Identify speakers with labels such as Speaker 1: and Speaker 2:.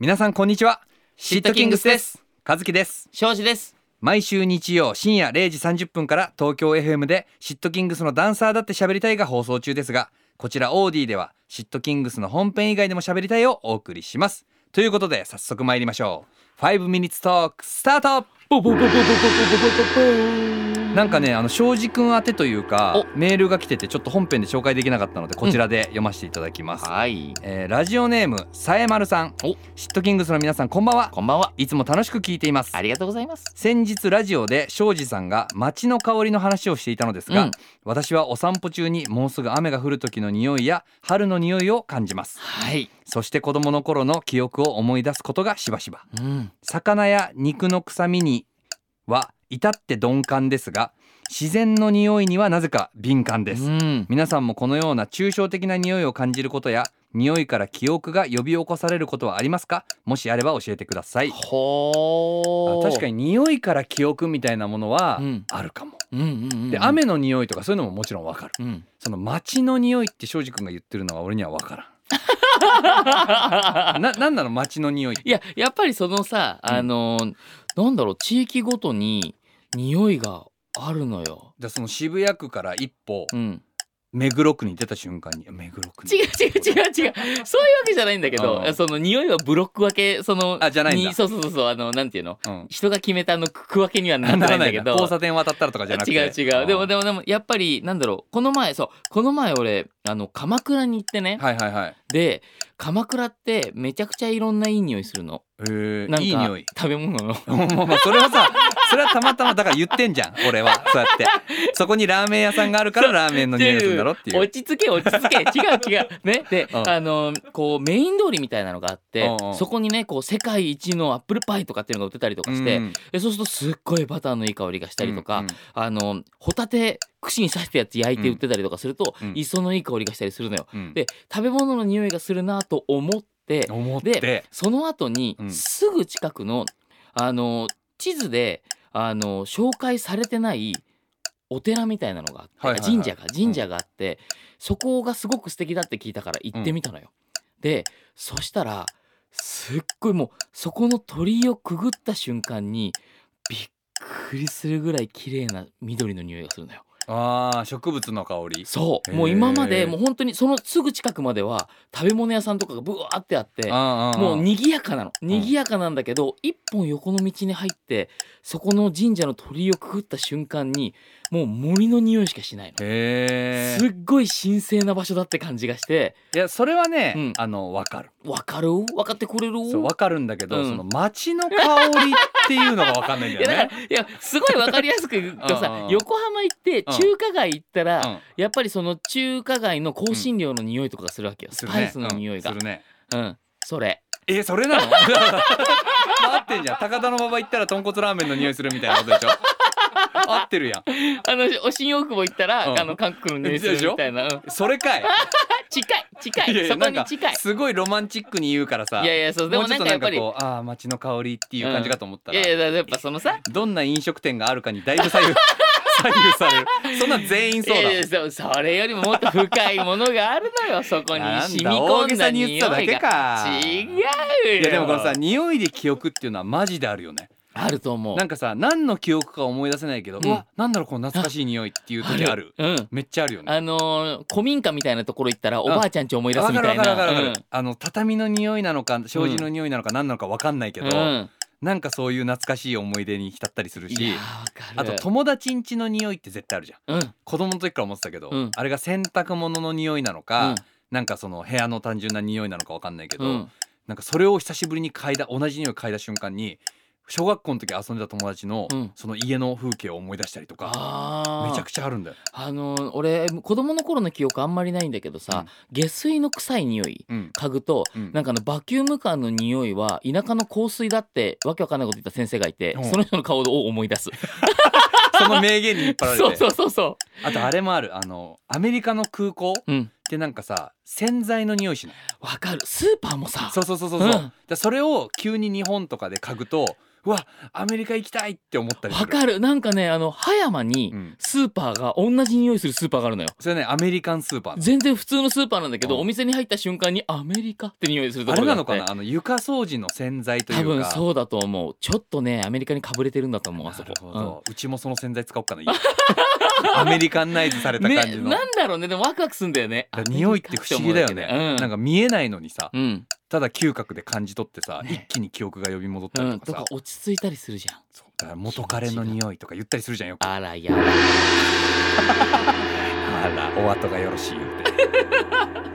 Speaker 1: 皆さんこんにちは
Speaker 2: シットキングスです
Speaker 1: 和樹です
Speaker 2: 庄司です
Speaker 1: 毎週日曜深夜0時30分から東京 FM でシットキングスのダンサーだって喋りたいが放送中ですがこちらオーディではシットキングスの本編以外でも喋りたいをお送りしますということで早速参りましょう5ミニッツトークスタート
Speaker 2: ポポポポポポポポポポ
Speaker 1: なんかねあの庄司くん宛てというか
Speaker 2: お
Speaker 1: メールが来ててちょっと本編で紹介できなかったのでこちらで読ませていただきます、
Speaker 2: はい
Speaker 1: えーラジオネームさえまるさん
Speaker 2: お
Speaker 1: シットキングスの皆さんこんばんは
Speaker 2: こんばんはい
Speaker 1: つも楽しく聞いています
Speaker 2: ありがとうございます
Speaker 1: 先日ラジオで庄司さんが街の香りの話をしていたのですが、
Speaker 2: うん
Speaker 1: 私はお散歩中にもうすぐ雨が降る時の匂いや春の匂いを感じます
Speaker 2: はい
Speaker 1: そして子供の頃の記憶を思い出すことがしばしば
Speaker 2: うん
Speaker 1: 魚や肉の臭みには至って鈍感ですが自然の匂いにはなぜか敏感です、
Speaker 2: うん
Speaker 1: 皆さんもこのような抽象的な匂いを感じることや匂いから記憶が呼び起こされることはありますかもしあれば教えてください
Speaker 2: ほ
Speaker 1: あ確か
Speaker 2: に
Speaker 1: に匂いから記憶みたいなものは
Speaker 2: うん
Speaker 1: あるかも、
Speaker 2: うんうんうん
Speaker 1: で雨の匂いとかそういうのももちろんわかる
Speaker 2: うん
Speaker 1: その街の匂いって庄司君が言ってるのは俺にはわからんななんなの街の匂い
Speaker 2: いややっぱりそのさあのーなんだろう地域ごとに匂いがあるのよ
Speaker 1: でその渋谷区から一歩
Speaker 2: うん
Speaker 1: 目黒区に出た瞬間に目黒区に
Speaker 2: 違う違う違う違うそういうわけじゃないんだけ
Speaker 1: う
Speaker 2: ど
Speaker 1: ん
Speaker 2: その匂いはブロック分けその
Speaker 1: あじゃないんだ
Speaker 2: にそうそうそうそうあのなんていうの
Speaker 1: うん、
Speaker 2: 人が決めたあの区区分けにはなって
Speaker 1: な
Speaker 2: ない
Speaker 1: ら
Speaker 2: ん
Speaker 1: な
Speaker 2: だ
Speaker 1: い
Speaker 2: け
Speaker 1: な
Speaker 2: ど
Speaker 1: 交差点渡ったらとかじゃなくて
Speaker 2: 違う違うでも
Speaker 1: も
Speaker 2: でもでもやっぱりなんだろうこの前そうこの前俺あの鎌倉に行ってね、
Speaker 1: はいはいはい
Speaker 2: で鎌倉ってめちゃくちゃいろんないい匂いするの
Speaker 1: えー
Speaker 2: なんか
Speaker 1: いい匂い
Speaker 2: 食べ物 の
Speaker 1: もうもうそれは さそれはたまたまだから言ってんじゃん俺はそうやってそこにラーメン屋さんがあるからラーメンの匂いがするんだろっていう
Speaker 2: 落ち着け落ち着け 違う違うねで、
Speaker 1: うん
Speaker 2: あのこうメイン通りみたいなのがあって、
Speaker 1: うんうん
Speaker 2: そこにねこう世界一のアップルパイとかっていうのが売ってたりとかして、
Speaker 1: うん
Speaker 2: でそうするとすっごいバターのいい香りがしたりとか、
Speaker 1: うんうん
Speaker 2: あのホタテ串に刺したやつ焼いて売ってたりとかすると、
Speaker 1: うん
Speaker 2: 磯のいい香りがしたりするのよ。
Speaker 1: うん
Speaker 2: で食べ物の匂いがするなと思って
Speaker 1: 思っ
Speaker 2: で
Speaker 1: て
Speaker 2: その後に
Speaker 1: うん
Speaker 2: すぐ近くの,、あの地図であの紹介されてないお寺みたいなのがあって、
Speaker 1: はいはいはい
Speaker 2: 神社が神社があって、そこがすごく素敵だって聞いたから行ってみたのよ。でそしたらすっごいもうそこの鳥居をくぐった瞬間にびっくりするぐらい綺麗な緑の匂いがするのよ。
Speaker 1: ああ植物の香り
Speaker 2: そう
Speaker 1: へー
Speaker 2: もう今までもう本当にそのすぐ近くまでは食べ物屋さんとかがブワーってあって
Speaker 1: あーあーあー
Speaker 2: もう賑やかなの賑やかなんだけど、一本横の道に入ってそこの神社の鳥居をくぐった瞬間にもう森の匂いしかしないの。
Speaker 1: へ
Speaker 2: すっごい神聖な場所だって感じがして
Speaker 1: えいやそれはね、
Speaker 2: うん
Speaker 1: あのわかる
Speaker 2: 分かる分かってくれる
Speaker 1: そうわかるんだけど、
Speaker 2: うん
Speaker 1: その街の香りっていうのがわかんないん
Speaker 2: い
Speaker 1: だ
Speaker 2: や
Speaker 1: よ
Speaker 2: だから
Speaker 1: ね
Speaker 2: いやすごい分かりやすく言う
Speaker 1: うんう
Speaker 2: と
Speaker 1: ん
Speaker 2: さ
Speaker 1: うん
Speaker 2: 横浜行って
Speaker 1: うん
Speaker 2: 中華街行ったら、
Speaker 1: うん
Speaker 2: やっぱりその中華街の香辛料の匂いとかがするわけよ、
Speaker 1: す
Speaker 2: ス
Speaker 1: る
Speaker 2: パ
Speaker 1: ね
Speaker 2: イスの匂いが、
Speaker 1: うんするね
Speaker 2: うん、それ
Speaker 1: えそれなの 待ってんじゃん高田の馬場行ったら豚骨ラーメンの匂いするみたいなことでしょ合ってるやん
Speaker 2: あのお新大久保行ったら、
Speaker 1: うん
Speaker 2: あの韓国の匂いするみたいな、うん
Speaker 1: それかい
Speaker 2: 近い近い
Speaker 1: いやいや
Speaker 2: そこ
Speaker 1: な
Speaker 2: に
Speaker 1: んか
Speaker 2: 近い
Speaker 1: すごいロマンチックに言うからさ
Speaker 2: いやいやそうで
Speaker 1: も
Speaker 2: も
Speaker 1: うちょ
Speaker 2: な
Speaker 1: っ
Speaker 2: ん
Speaker 1: と
Speaker 2: か
Speaker 1: な
Speaker 2: や
Speaker 1: ん
Speaker 2: っぱ
Speaker 1: かこ
Speaker 2: り
Speaker 1: うああ街の香りっていう感じかと思った
Speaker 2: い
Speaker 1: ら、
Speaker 2: やいややっぱそのさ
Speaker 1: どんな飲食店があるかにだいぶ左右左右されるそんな全員そうだ
Speaker 2: いやいやそそれよりももっと深いものがあるのよそこに
Speaker 1: なん
Speaker 2: 染み
Speaker 1: だ大
Speaker 2: 込
Speaker 1: げ
Speaker 2: んだ
Speaker 1: さに
Speaker 2: 匂
Speaker 1: 言
Speaker 2: い
Speaker 1: ってた
Speaker 2: が
Speaker 1: だけか
Speaker 2: 違う
Speaker 1: い
Speaker 2: よ
Speaker 1: やでもこのさ匂いで記憶っていうのはマジであるよね
Speaker 2: あると思う
Speaker 1: なんかさ何の記憶か思い出せないけど、
Speaker 2: うん
Speaker 1: うわなんだろうこの懐かしい匂いっていう時ある
Speaker 2: うん
Speaker 1: めっちゃあるよね
Speaker 2: あのー古民家みたいなところ行ったらおばあちゃんち思い出す
Speaker 1: わ
Speaker 2: み
Speaker 1: かるわ
Speaker 2: た
Speaker 1: かるわ
Speaker 2: い
Speaker 1: かるわか
Speaker 2: な
Speaker 1: る、
Speaker 2: うん
Speaker 1: あの畳の匂いなのか障子の匂いなのか何なのかわかんないけど、
Speaker 2: うん
Speaker 1: なんかそういう懐かしい思い出に浸ったりする
Speaker 2: い
Speaker 1: し
Speaker 2: やわかる
Speaker 1: あと友達ん家の匂いって絶対あるじゃん
Speaker 2: うん
Speaker 1: 子供の時から思ってたけど、
Speaker 2: うん
Speaker 1: あれが洗濯物の匂いなのか、なんかその部屋の単純な匂いなのかわかんないけど、
Speaker 2: うんうん
Speaker 1: なんかそれを久しぶりに嗅いだ同じ匂いを嗅いだ瞬間に小学校の時遊んでた友達の、
Speaker 2: うん
Speaker 1: その家の風景を思い出したりとか
Speaker 2: あー
Speaker 1: めちゃくちゃあるんだよ。
Speaker 2: あのー俺子供の頃の記憶あんまりないんだけどさ、下水の臭い匂い
Speaker 1: うん
Speaker 2: 嗅ぐと
Speaker 1: うん
Speaker 2: なんかあのバキュームカーの匂いは田舎の香水だってわけわかんないこと言った先生がいて
Speaker 1: うん
Speaker 2: その人の顔を思 い出す
Speaker 1: その名言に引っ張られて
Speaker 2: そうそうそうそ
Speaker 1: あとあれもあるあのアメリカの空港っ
Speaker 2: ううん
Speaker 1: てなんかさ洗剤の匂いしない
Speaker 2: わかるスーパーもさ
Speaker 1: そうそうそうそうそう、
Speaker 2: うん
Speaker 1: だからそれを急に日本とかで嗅ぐとうわアメリカ行きたいって思ったりす
Speaker 2: わ
Speaker 1: る
Speaker 2: かるなんかねあの葉山に
Speaker 1: うん、
Speaker 2: スーパーが同じ匂いするスーパーがあるのよ
Speaker 1: それねアメリカンスーパー
Speaker 2: 全然普通のスーパーなんだけど、
Speaker 1: うん
Speaker 2: お店に入った瞬間にアメリカって匂いすると
Speaker 1: あ
Speaker 2: こ
Speaker 1: れ
Speaker 2: ろ
Speaker 1: な
Speaker 2: があ
Speaker 1: の
Speaker 2: って
Speaker 1: かなあの床掃除の洗剤というか
Speaker 2: 多分そうだと思うちょっとねアメリカにかぶれてるんだと思うあ
Speaker 1: な
Speaker 2: そ
Speaker 1: る
Speaker 2: こ
Speaker 1: ほど、うちもその洗剤使おうかな家 アメリカンナイズされ
Speaker 2: うん
Speaker 1: た
Speaker 2: ね
Speaker 1: 感じの、
Speaker 2: なんだろうねでもワクワクすんだよね
Speaker 1: だから匂いって不思議だよね
Speaker 2: アメリカって思うだけでうん
Speaker 1: なんか見えないのにさ
Speaker 2: うん、
Speaker 1: ただ嗅覚で感じ取ってさ、
Speaker 2: ね
Speaker 1: 一気に記憶が呼び戻った
Speaker 2: う
Speaker 1: り
Speaker 2: ん、
Speaker 1: と
Speaker 2: と
Speaker 1: かさ
Speaker 2: か、落ち着いたりするじゃん
Speaker 1: そうだから元彼の匂いとか言ったりするじゃんよく
Speaker 2: あらやだ
Speaker 1: あらお後がよろしいよって